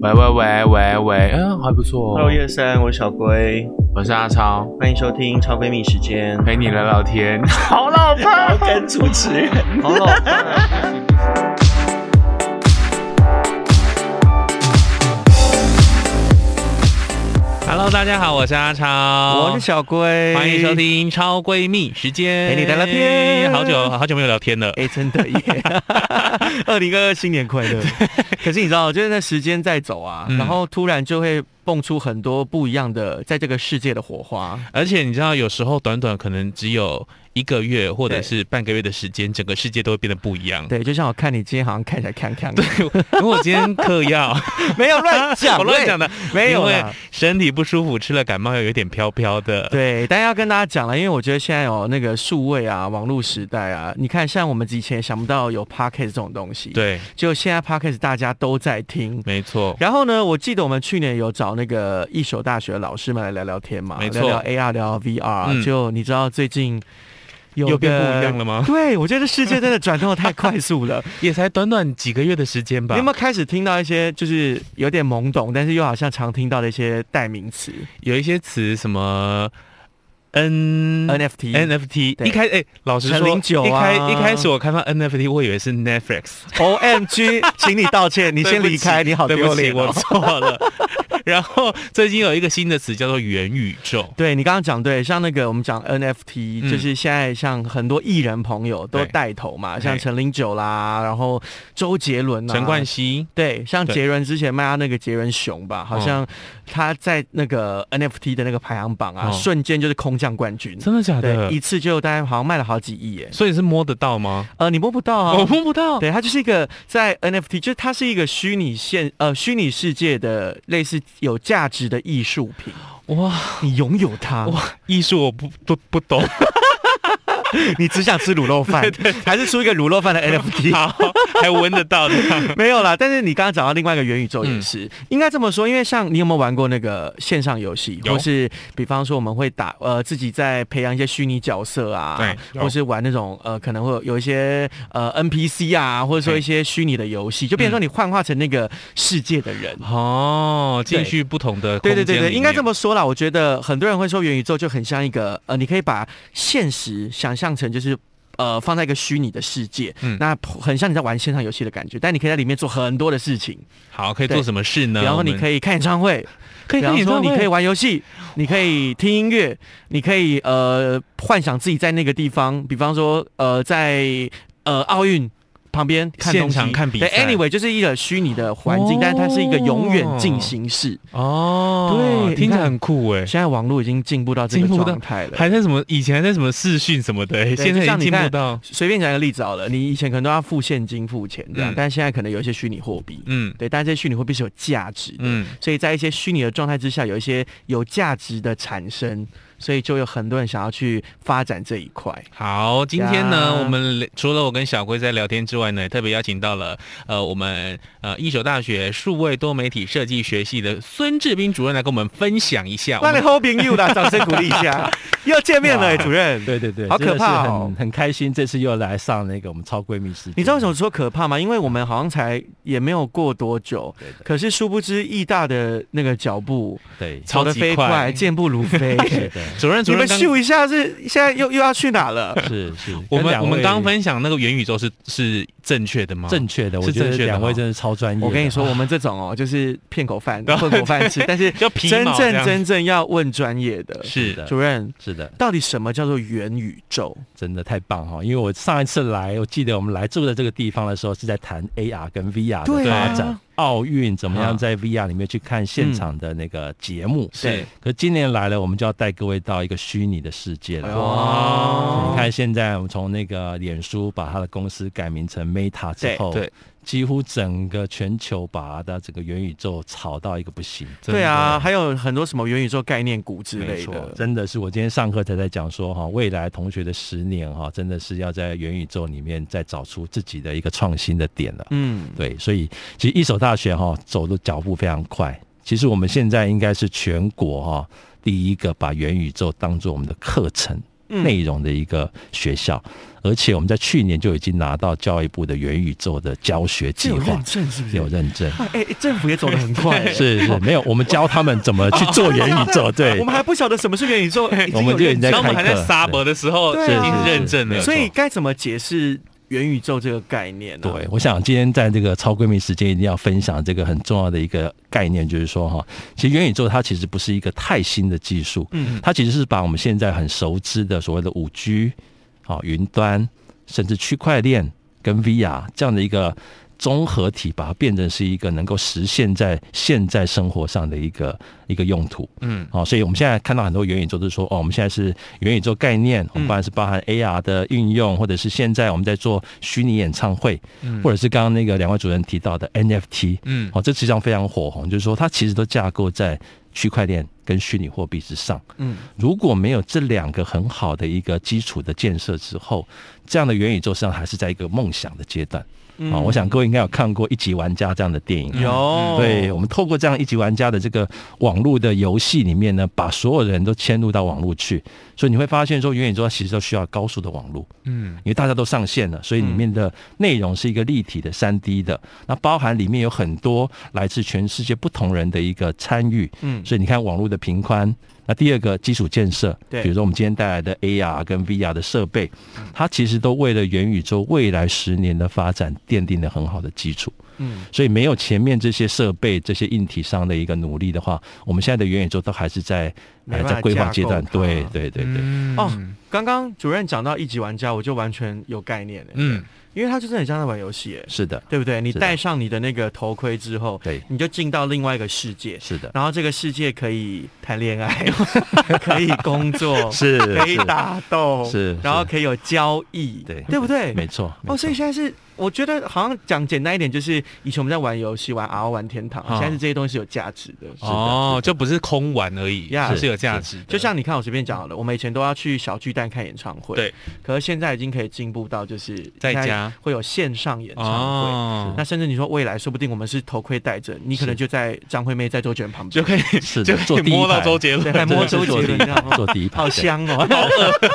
喂喂喂喂喂，嗯，还不错、 Hello，哦。叶三，我是小龟，我是阿超，欢迎收听超闺蜜时间。陪你聊聊天。好老婆，要 跟主持人，好老派。 Hello，大家好，我是阿超，我是小龟，欢迎收。听超闺蜜时间，陪你聊聊天好久好久没有聊天了，哎，真的耶！ 二零二二新年快乐。可是你知道，就是那时间在走啊，嗯然后突然就会蹦出很多不一样的，在这个世界的火花。而且你知道，有时候短短可能只有一个月或者对是半个月的时间，整个世界都会变得不一样。 对，就像我看你今天好像看起来看看，因为我今天嗑药， 没有 乱讲，我乱讲的，的，没有因为呃啦身体不舒服，吃了感冒药，有点飘飘的。对，但要跟大家讲了，因为我觉得现在有那个数位啊、网络时代啊，你看像我们以前也想不到有 podcast 这种东西，，对，就现在 podcast 大家都在听。没错，然后呢，我记得我们去年有找那个一所大学的老师们来聊聊天嘛，没聊错聊 AR，聊聊 VR，、嗯就你知道最近有又变个不一样了吗 对，我觉得世界真的转动的太快速 了。也才短短几个月的时间吧你有。没有开始听到一些就是有点懵懂，但是又好像常听到的一些代名词、有一些词什么嗯 N NFT？ NFT 对一开哎，老实陈说，零九一啊开一开始我看到 NFT，我以为是 Netflix， O M G，请你道歉，你对先不起离开，你好对不丢起，脸、我哦。错了。 然后最近有一个新的词叫做元宇宙，对你刚刚讲对，像那个我们讲 NFT，、嗯就是现在像很多艺人朋友都带头嘛，对像陈零九啦，然后周杰伦啊，陈冠希，对，像对哦杰伦之前卖他那个杰伦熊吧，好像他在那个 NFT 的那个排行榜啊，哦瞬间就是空降冠军，真的假对，的一？次就大概好像卖了好几亿耶，所以是摸得到吗？呃，你摸不到啊，我摸不到。对，它就是一个在 NFT，就是它是一个虚拟现呃虚拟世界的类似有价值的艺术品，哇，你拥有它，艺术我不不不 懂。你只想吃卤肉 饭，还是出一个卤肉饭的 NFT？好，还闻得到的。没有啦，但是你刚刚讲到另外一个元宇宙也嗯是，应该这么说，因为像你有没有玩过那个线上游戏，有或是比方说我们会打呃自己在培养一些虚拟角色啊，对有或是玩那种呃可能会有有一些呃 NPC 啊，或者说一些虚拟的游戏，就变成说你幻化成那个世界的人， 哦，进去不同的空对间对对对，里面应该这么说啦。我觉得很多人会说元宇宙就很像一个呃，你可以把现实想象成就是。呃，放在一个虚拟的世界，嗯那很像你在玩线上游戏的感觉，但你可以在里面做很多的事情，好，可以对做什么事呢？比方说我们你可以看演唱会，可以比看方演说唱你会可以玩游戏，你可以听音乐，你可以呃幻想自己在那个地方，比方说呃在呃奥运旁边看哦现东西场看比对赛，anyway 就是一个虚拟的环境，但是它是一个永远进行式。哦，对听起你看来很酷哎。现在网络已经进步到这个进步到状态了。还在什么以前还在什么视讯什么的、欸，对现在就已像经你进看步到随便讲一个例子好了，你以前可能都要付现金付钱这样，嗯但现在可能有一些虚拟货币，嗯对，但这些虚拟货币是有价值的，嗯，所以在一些虚拟的状态之下，有一些有价值的产生，所以就有很多人想要去发展这一块。好，今天呀呢，我们除了我跟小龟在聊天之外呢，特别邀请到了呃我们呃一所大学数位多媒体设计学系的孙志斌主任来跟我们分享一下。我那们你 hoping you 啦，掌声鼓 励一下，又见面了、主任。对对对，好可怕真的是哦很很开心，这次又来上那个我们超闺蜜时间。你知道为什么说可怕吗？因为我们好像才也没有过多久，对的可是殊不知义大的那个脚步对，超跑得级飞快快，健步如飞。对的，主 任主你任们刚秀一下是现在又又要去哪了？是是。我跟们两我们位啊刚分享那个元宇宙是是正确的吗？正确的，我是觉正得确的两哈位真的超专业的。我跟你说，我们这种哦，就是骗口饭、 混口饭吃，但是就皮真毛这正样真正要问专业的是的，主任，是的，到底什么叫做元宇宙？真的太棒哈！因为我上一次来，我记得我们来住的这个地方的时候，是在谈 AR 跟 VR 的对啊发展，奥运怎么样嗯在 VR 里面去看现场的那个节目。是可今年来了，我们就要带各位到一个虚拟的世界了。哇你看，现在我们从那个脸书把它的公司改名成 Meta 之后，对对几乎整个全球把它的整个元宇宙炒到一个不行。真的对啊，还有很多什么元宇宙概念股之类没的错。真的是，我今天上课才在讲说哈，未来同学的十年哈，真的是要在元宇宙里面再找出自己的一个创新的点了。嗯，对，所以其实一所大学哈走的脚步非常快。其实我们现在应该是全国哈第一个把元宇宙当做我们的课程嗯内容的一个学校，而且我们在去年就已经拿到教育部的元宇宙的教学计这有划认，证是不是？有认 证，哎、哎政府也走得很快、哎 是是，没有，我们教他们怎么去做元宇 宙，对我，们还不晓得什么是元宇宙，哎已经有我们就已经在认当证我们还开课在沙博的时候，对已啊经是认证了，所以该怎么解释元宇宙这个概念呢、对，我想今天在这个超闺蜜时间，一定要分享这个很重要的一个概念，就是说哈，其实元宇宙它其实不是一个太新的技术，嗯，它其实是把我们现在很熟知的所谓的五 G、好云端，甚至区块链跟 VR 这样的一个综合体，把它变成是一个能够实现在现在生活上的一个一个用途。嗯，哦，所以我们现在看到很多元宇宙都是说，哦，我们现在是元宇宙概念，我们不管是嗯包含 AR 的运用，或者是现在我们在做虚拟演唱会，嗯或者是刚刚那个两位主任提到的 NFT，嗯哦，这实际上非常火红，就是说它其实都架构在区块链跟虚拟货币之上。嗯，如果没有这两个很好的一个基础的建设之后，这样的元宇宙实际上还是在一个梦想的阶段嗯啊、哦我想各位应该有看过《一级玩家》这样的电影，有嗯对，我们透过这样一级玩家的这个网络的游戏里面呢，把所有人都迁入到网络去，所以你会发现说，元宇宙它其实都需要高速的网络，嗯，因为大家都上线了，所以里面的内容是一个立体的、三 D 的，那包含里面有很多来自全世界不同人的一个参与，嗯所以你看网络的频宽。那第二个基础建设，对嗯比如说我们今天带来的 AR 跟 VR 的设备，它其实都为了元宇宙未来十年的发展奠定了很好的基础。嗯所以没有前面这些设备、这些硬体上的一个努力的话，我们现在的元宇宙都还是在没还办法在规划阶段。架构嗯它对对对对，哦，刚刚主任讲到一级玩家，我就完全有概念了，嗯，因为他就是很像在玩游戏，哎是的，对不对？你是的戴上你的那个头盔之后，对，你就进到另外一个世界，是的，然后这个世界可以谈恋 爱，可以工作，是哦可以是打斗，是然后是可以有交易，对对不对？没错。没哦，所以错现在是我觉得好像讲简单一点，就是以前我们在玩游戏、玩 R、玩天堂，啊现在是这些东西是有价值的。哦，就不是空玩而已，呀它是有价值的，就像你看，我随便讲好了，我们以前都要去小巨蛋看演唱会，对。可是现在已经可以进步到就是在家现会有线上演唱会，哦那，甚至你说未来说不定我们是头盔戴着，你可能就在张惠妹在周杰伦旁就边，可以是的 就可坐以第一摸到排周杰对，伦，还摸周真的是杰伦，坐你知道吗？坐第一排好对香哦，好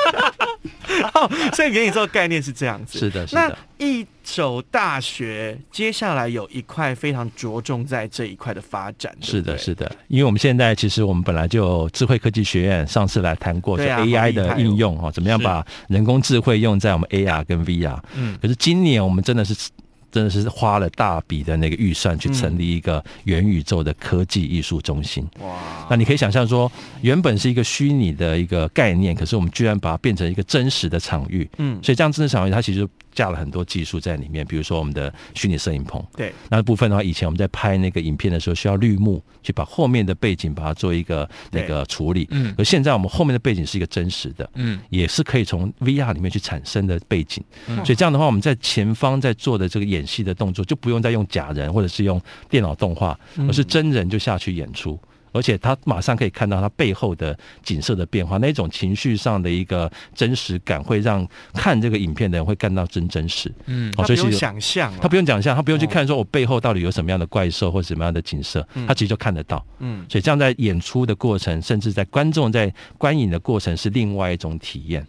饿。所以元宇宙的概念是这样子。是的，是那的，一所大学接下来有一块非常着重在这一块的发展，对是的，不对是的，因为我们现在其实我们本来就有智慧科技学院上次来谈过，就对啊好 AI 厉害的哦应用哦，怎么样是把人工智慧用在我们 AR 跟 VR。嗯可是今年我们真的是真的是花了大笔的那个预算去成立一个元宇宙的科技艺术中心。哇，那你可以想象说，原本是一个虚拟的一个概念，可是我们居然把它变成一个真实的场域。嗯，所以这样真实场域，它其实架了很多技术在里面，比如说我们的虚拟摄影棚。对，那部分的话，以前我们在拍那个影片的时候，需要绿幕去把后面的背景把它做一个那个处理。嗯而现在我们后面的背景是一个真实的，嗯也是可以从 VR 里面去产生的背景。嗯所以这样的话，我们在前方在做的这个演戏的动作，就不用再用假人或者是用电脑动画，而是真人就下去演出。而且他马上可以看到他背后的景色的变化，那种情绪上的一个真实感，会让看这个影片的人会看到真真实。嗯哦他不所以用是想象了，啊他不用，用讲一下，他不用去看说我背后到底有什么样的怪兽或什么样的景色，他其实就看得到。嗯，所以这样在演出的过程，甚至在观众在观影的过程是另外一种体验，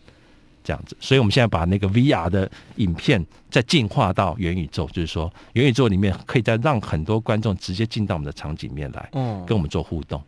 这样子。所以我们现在把那个 VR 的影片再进化到元宇宙，就是说元宇宙里面可以再让很多观众直接进到我们的场景里面来，哦，跟我们做互动。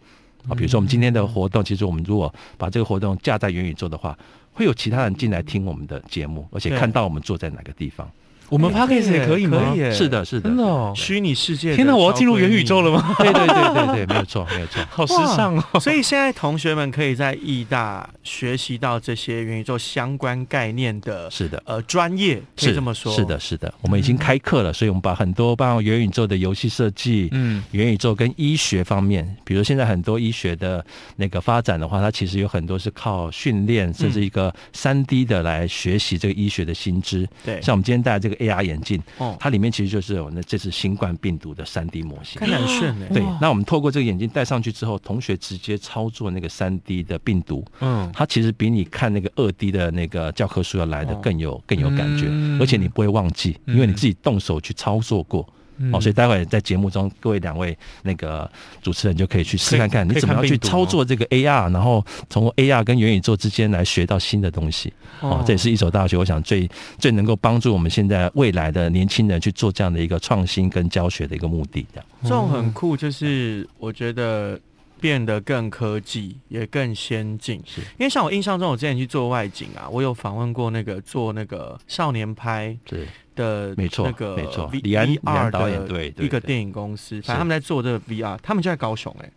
啊，比如说我们今天的活动，其实我们如果把这个活动架在元宇宙的话，会有其他人进来听我们的节目，而且对看到我们坐在哪个地方。哎我们 p a c k a g e 也可以吗？耶是，的，是的，真的是哦虚拟世界。天哪，我要进入元宇宙了。了吗？对对对对对，没有错，没有错。好 时尚哦！所以现在同学们可以在艺大学习到这些元宇宙相关概念的，是的，呃，专业可以是这么说。是的，，是的，我们已经开课了，所以我们把很多包含元宇宙的游戏设计。嗯元宇宙跟医学方面，比如现在很多医学的那个发展的话，它其实有很多是靠训练，甚至一嗯个三 D 的来学习这个医学的新知。对，像我们今天戴的这个 AR 眼镜，哦，它里面其实就是我们这次新冠病毒的三 D 模型看。起来很炫呢。对，那我们透过这个眼镜戴上去之后，同学直接操作那个三 D 的病毒，嗯，它其实比你看那个二 D 的那个教科书要来的哦更有、更有感觉，嗯而且你不会忘记，嗯因为你自己动手去操作过，哦，所以待会在节目中，各位两位那个主持人就可以去试看看，可以你怎么样可以看去病毒操作这个 AR，然后从 AR 跟元宇宙之间来学到新的东西。哦，这也是一所大学，我想最最能够帮助我们现在未来的年轻人去做这样的一个创新跟教学的一个目的。这样，这种很酷，就是我觉得变得更科技，也更先进。是因为像我印象中，我之前去做外景啊，我有访问过那个做那个少年拍对，的，没错那个没错 V- 李安 VR 李安导演的对对一个对电影公司，反正他们在做这个 VR，他们就在高雄哎、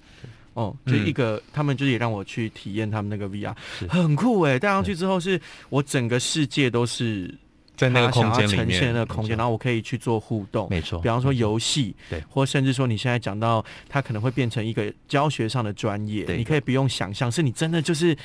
哦，就一个，他们就是也让我去体验他们那个 VR，嗯是很酷哎、戴上去之后是我整个世界都是在那个他想空要间里呈现的那个，面空没间，错然后我可以去做互动，没错比。方说游戏，对或甚至说你现在讲到它可能会变成一个教学上的专业，对你可以不用想象，是你真的就是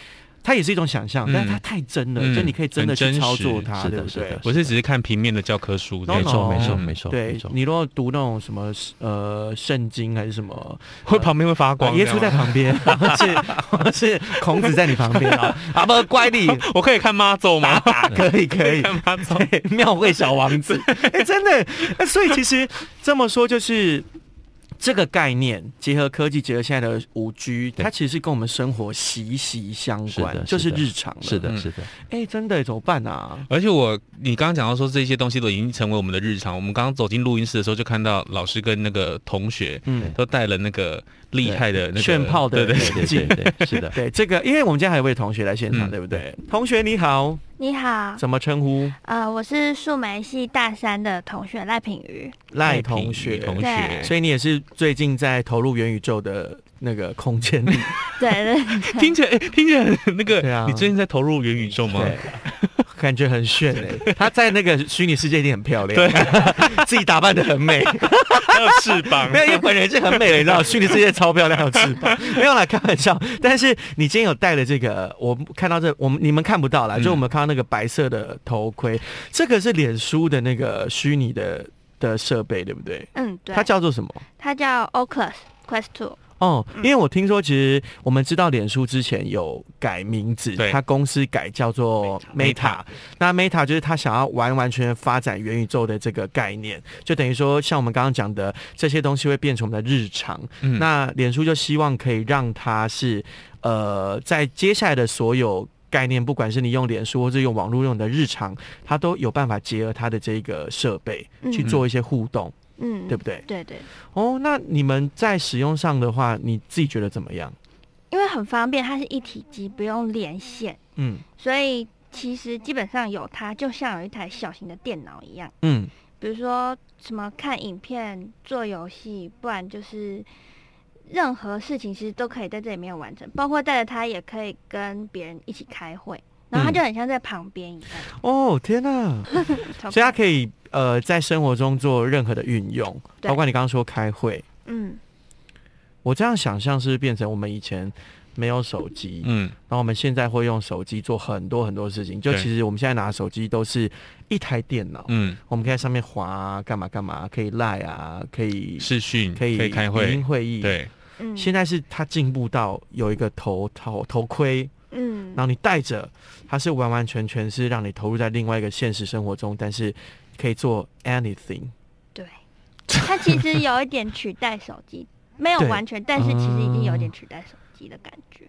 它也是一种想象，嗯但是它太真了，嗯就你可以真的去很真实操作它，是的对不是的对？我是只是看平面的教科书的，没没错，没错，嗯没错，没对错，你如果读那种什么呃圣经还是什么，呃会旁边会发光。啊耶稣在这样吗旁 边，或是或是孔子在你旁边啊，啊不乖你 我可以看妈祖吗？打可以可以， 看妈 祖。对，庙会小王 子，哎、真的，哎所以其实这么说就是。这个概念结合科技，结合现在的五 G，它其实是跟我们生活息息相关，是的就是是的日常了是的，嗯是的，哎、真的怎么办啊？而且我，你刚刚讲到说这些东西都已经成为我们的日常。我们刚刚走进录音室的时候，就看到老师跟那个同学，嗯，都带了那个厉害的那个炫炮的对对，对对对，是的。 对，这个因为我们今天还有位同学来现场，嗯对不对？同学你好，你好，怎么称呼？呃，我是数媒系大三的同学赖品 瑜。赖同学，同对学，所以你也是最近在投入元宇宙的那个空间 里，对对，听起来哎听起来很那个对啊，你最近在投入元宇宙吗？对，感觉很炫哎、 她在那个虚拟世界一定很漂亮， 自己打扮的很美。还有翅 膀没有，因为本人是很美的，你知道，虚拟世界超漂亮，有翅膀。 没有啦，开玩笑。但是你今天有戴了这个，我看到这，我们你们看不到啦，嗯就我们看到那个白色的头盔，这个是脸书的那个虚拟的的设备，对不对？嗯，对，它叫做什么？它叫 Oculus Quest Two。哦，嗯因为我听说，其实我们知道脸书之前有改名字对，它公司改叫做 Meta Meta。那 Meta 就是它想要完完全全发展元宇宙的这个概念，就等于说像我们刚刚讲的这些东西会变成我们的日常。嗯那脸书就希望可以让它是呃，在接下来的所有。概念，不管是你用脸书或是用网络用你的日常，它都有办法结合它的这个设备嗯去做一些互动，嗯，对不对？对对，哦，那你们在使用上的话，你自己觉得怎么样？因为很方便，它是一体机，不用连线，嗯所以其实基本上有它，就像有一台小型的电脑一样。嗯，比如说什么看影片、做游戏，不然就是任何事情其实都可以在这里面完成，包括带着它也可以跟别人一起开会，然后它嗯就很像在旁边一样。哦，天哪！超所以它酷可以呃，在生活中做任何的运用，对包括你刚刚说开会。嗯，我这样想象是不是变成我们以前没有手机，嗯，然后我们现在会用手机做很多很多事情。就对其实我们现在拿手机都是一台电脑，嗯，我们可以在上面滑、啊、干嘛干嘛，可以赖啊，可以视讯可以以开语音会，会议。，对，嗯现在是它进步到有一个头头头盔，嗯然，后你戴着，它是完完全全是让你投入在另外一个现实生活中，但是可以做 anything。对，它其实有一点取代手机，没有对完全，但是其实已经有点取代手机的感觉。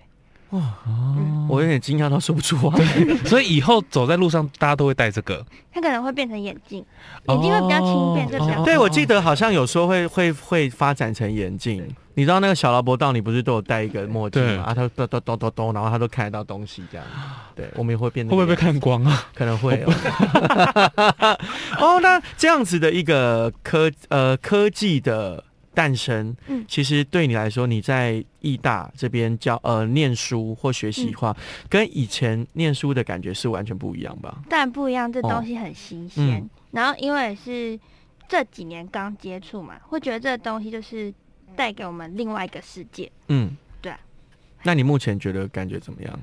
嗯我有点惊讶到说不出话来。 所以以后走在路上，大家都会带这个，它可能会变成眼镜，眼镜会比较轻便，这比较哦对，我记得好像有说会会会发展成眼镜。你知道那个小劳勃道尼不是都有戴一个墨镜对吗？啊，他咚咚咚咚咚，然后他都看得到东西这样。对，我啊们也会变会得不会被看光啊？可能会哦。 哦，那这样子的一个科呃科技的诞生，嗯其实对你来说，你在义大这边教呃念书或学习的话，嗯跟以前念书的感觉是完全不一样吧？但不一样，这哦东西很新鲜。嗯然后因为是这几年刚接触嘛，会觉得这东西就是带给我们另外一个世界，嗯，对啊。那你目前觉得感觉怎 么样？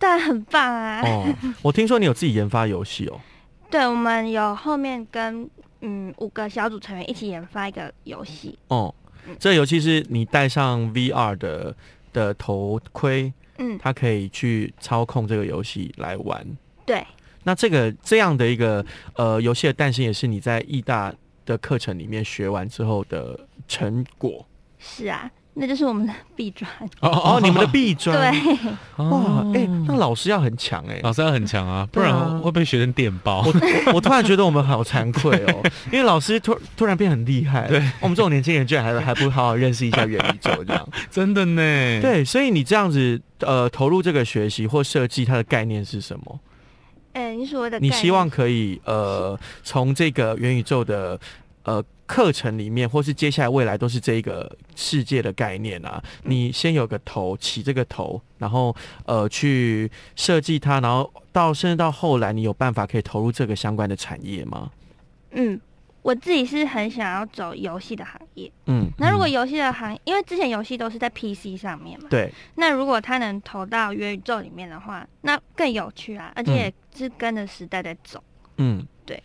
但很棒啊！哦，我听说你有自己研发游戏哦。对，我们有后面跟嗯五个小组成员一起研发一个游戏，哦，嗯这游戏是你戴上 VR 的的头盔，嗯，它可以去操控这个游戏来玩。对，那这个这样的一个呃游戏的诞生，也是你在义大的课程里面学完之后的成果。是啊，那就是我们的 弊端。哦，你们的弊专对，哇，哎、那老师要很强哎、 老师要很强啊，不对啊然会被学生电爆。我我突然觉得我们好惭愧哦，因为老师突突然变很厉害，对我们这种年轻人居然还还不好好认识一下元宇宙这样。真的呢，，对，所以你这样子呃投入这个学习或设计，它的概念是什么？嗯，你所谓的你概希望念可以呃从这个元宇宙的呃课程里面，或是接下来未来都是这个世界的概念啊，嗯你先有个头起这个头，然后呃去设计它，然后到甚至到后来，你有办法可以投入这个相关的产业吗？嗯，我自己是很想要走游戏的行业。嗯，那如果游戏的行，因为之前游戏都是在 PC 上面嘛，对，那如果它能投到元宇宙里面的话，那更有趣啊，而且也是跟着时代在走。嗯，对。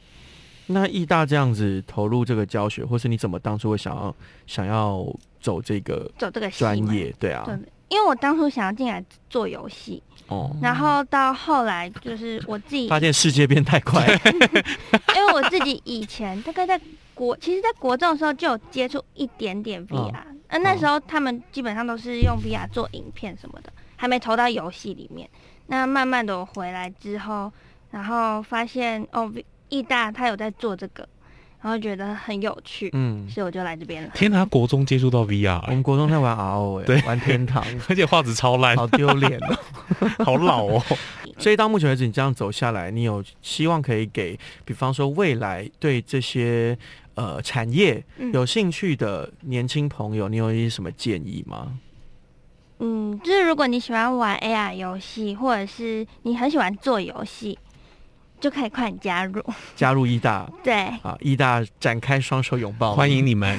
那义大这样子投入这个教学，或是你怎么当初会想要想要走这个走这个戏嘛专业？对啊，对，因为我当初想要进来做游戏，哦，然后到后来就是我自己，发现世界变太快了， 因为我自己以前大概在国，其实在国中的时候就有接触一点点 VR，那、那时候他们基本上都是用 VR 做影片什么的，还没投到游戏里面。那慢慢的我回来之后，然后发现哦，义大他有在做这个，然后觉得很有趣，嗯，所以我就来这边了。天哪，国中接触到我 VR，们国中在玩 RO 哎、对玩天 堂，而且画质超烂，好丢脸 哦。好老哦。所以到目前为止，你这样走下来，你有希望可以给，比方说未来对这些呃产业嗯有兴趣的年轻朋友，你有一些什么建议吗？嗯，就是如果你喜欢玩 AR 游戏，或者是你很喜欢做游戏，就可以快点加入。 加入义大对，啊，义大展开双手拥抱， 欢迎你们，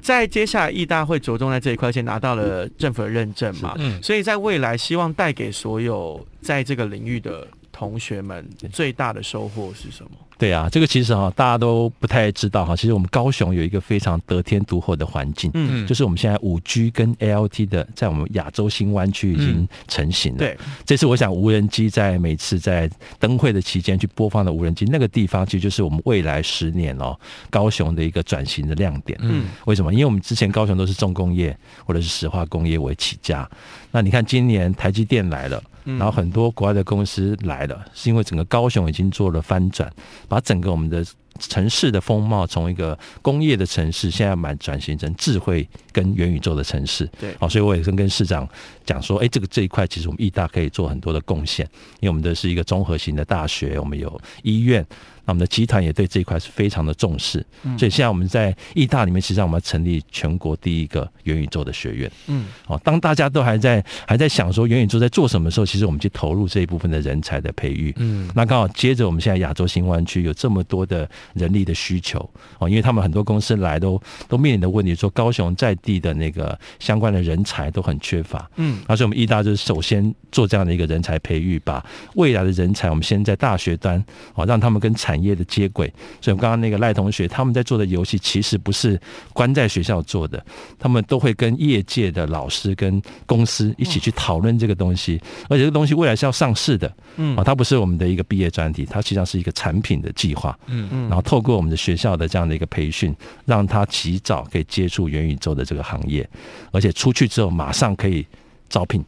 在接下来，义大会着重在这一块，而且拿到了政府的认证嘛，嗯所以在未来，希望带给所有在这个领域的同学们最大的收获是什么？对啊，这个其实哈、大家都不太知道哈、其实我们高雄有一个非常得天独厚的环境，嗯，嗯就是我们现在五 G 跟 ALT 的在我们亚洲新湾区已经成型了。对，这次我想无人机在每次在灯会的期间去播放的无人机，那个地方其实就是我们未来十年哦高雄的一个转型的亮点。嗯，为什么？因为我们之前高雄都是重工业或者是石化工业为起家，那你看今年台积电来了，然后很多国外的公司来了，是因为整个高雄已经做了翻转，把整个我们的城市的风貌从一个工业的城市，现在蛮转型成智慧跟元宇宙的城市。哦对好、所以我也跟跟市长讲说，哎，这个这一块其实我们义大可以做很多的贡献，因为我们的是一个综合型的大学，我们有医院，那我们的集团也对这一块是非常的重视，嗯所以现在我们在义大里面，实际上我们要成立全国第一个元宇宙的学院。嗯，哦，当大家都还在还在想说元宇宙在做什么的时候，其实我们去投入这一部分的人才的培育。嗯，那刚好接着我们现在亚洲新湾区有这么多的人力的需求哦，因为他们很多公司来都都面临的问题，说高雄在地的那个相关的人才都很缺乏。嗯，那所以我们义大就是首先做这样的一个人才培育，把未来的人才我们先在大学端哦，让他们跟产业的接轨。所以我们刚刚那个赖同学他们在做的游戏，其实不是关在学校做的，他们都会跟业界的老师跟公司一起去讨论这个东西，而且这个东西未来是要上市的。嗯啊，它不是我们的一个毕业专题，它实际上是一个产品的计划。嗯然后透过我们的学校的这样的一个培训，让他及早可以接触元宇宙的这个行业，而且出去之后马上可以招聘。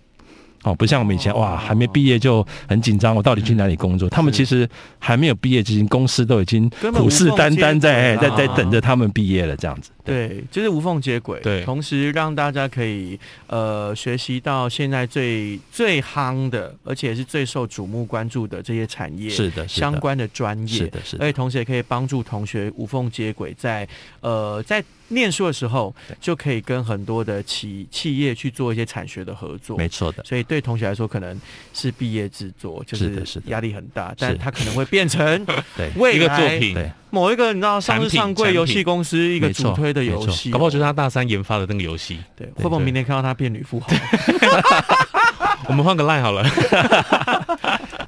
哦，不像我们以前哇，还没毕业就很紧张，我到底去哪里工作？他们其实还没有毕业之前，公司都已经根本无虎视眈眈缝接在哎在轨啊在等着他们毕业了这样子。对，就是无缝接轨，对同时让大家可以呃学习到现在最最夯的，而且是最受瞩目关注的这些产业是的，是相的，关的专业，是的，是的哎而且，同时也可以帮助同学无缝接轨，在呃在念书的时候对就可以跟很多的企企业去做一些产学的合作。没错的。所以对同学来说，可能是毕业制作，就是的是的压力很大，但他可能会变成 对未一个来作品，对，某一个你知道上市产品上柜产游品戏公司一个没主错推的游没错戏哦，搞不好就是他大三研发的那个游戏。对，会不会我们对明天看到他变女富豪？我们换个 line 好了，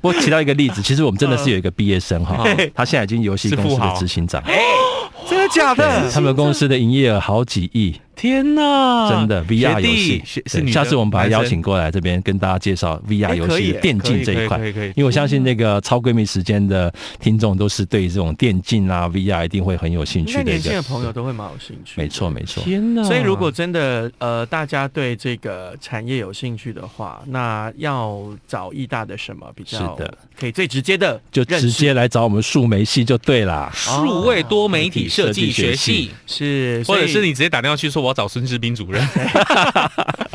不过提到一个例 子，其实我们真的是有一个毕业生哈嗯，他现在已经游戏是公司富豪哎的执行长， 真的假对的？他们公司的营业额好几亿， 天哪，真的 VR 啊学游弟戏学，是对女的下次我们把他男生邀请过来这边跟大家介绍 VR 哎游可以戏耶的电竞这一块可以，可以可以因为我相信那个超闺蜜时间的听众都是对这种电竞啊 VR 一定会很有兴应该趣的年一轻个的，朋友都会蛮有兴趣。没错。没错。天哪！所以，如果真的呃，大家对这个产业有兴趣的话，那要找义大的什么比较是的，可以最直接的就认直识接来找我们树莓系就对啦。数位多媒体设计学系，是，或者所是以你直接打电话去说我要找孙志斌主任，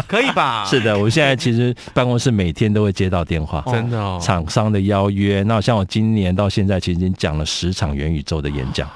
可以啊吧？是的，我现在其实办公室每天都会接到电话，真的哦厂商的邀约。那像我今年到现在，其实已经讲了十场元宇宙的演讲，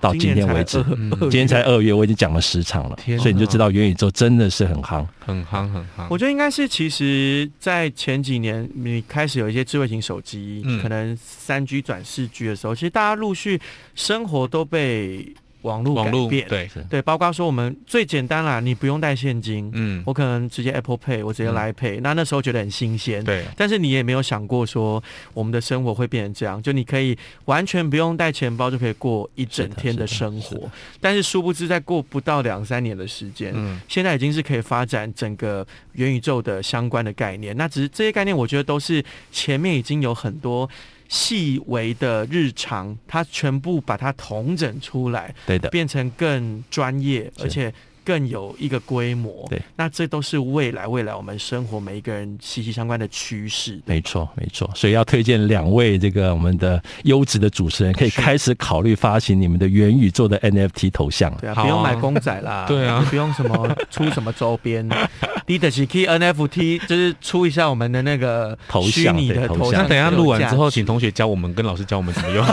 到今天为止，今年才二今天才二月，我已经讲了十场了，天哪所以你就知道元宇宙真的是很夯。嗯很夯很夯。我觉得应该是，其实，在前几年你开始有一些智慧型手机，嗯可能三 G 转四 G 的时候，其实大家陆续生活都被网络网改络变，对，对，包括说我们最简单啦，你不用带现金，嗯，我可能直接 Apple Pay，我直接嗯来 Pay，、那那时候觉得很新鲜，对，但是你也没有想过说我们的生活会变成这样，就你可以完全不用带钱包就可以过一整天的生活。但是殊不知，在过不到两三年的时间，嗯现在已经是可以发展整个元宇宙的相关的概念。那只是这些概念，我觉得都是前面已经有很多。细微的日常，它全部把它统整出来，对的，变成更专业，是而且更有一个规模。对，那这都是未来未来我们生活每一个人息息相关的趋势。没错没错。所以要推荐两位这个我们的优质的主持人，可以开始考虑发行你们的元宇宙的 NFT 头像了。对啊，好啊不用买公仔啦， 对啊也不用什么出什么周边， 你得是 key NFT，就是出一下我们的那个头虚像拟对的头头像像。那等一下录完之后。后，请同学教我们，跟老师教我们怎么用。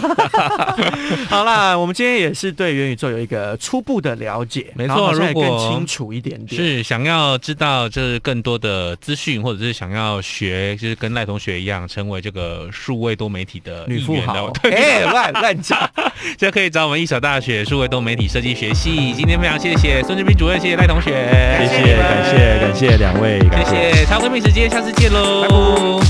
好啦，我们今天也是对元宇宙有一个初步的了解，没错然后好像也如果更清楚一点点。 是想要知道就是更多的资讯，或者是想要学，就是跟赖同学一样，成为这个数位多媒体的女一富员的 豪话，哎，乱乱讲。就可以找我们一所大学数位多媒体设计学系。今天非常谢谢孙志斌主任，谢谢赖同学，谢谢感谢感谢两位，感谢谢，超闺蜜时间，下次见喽。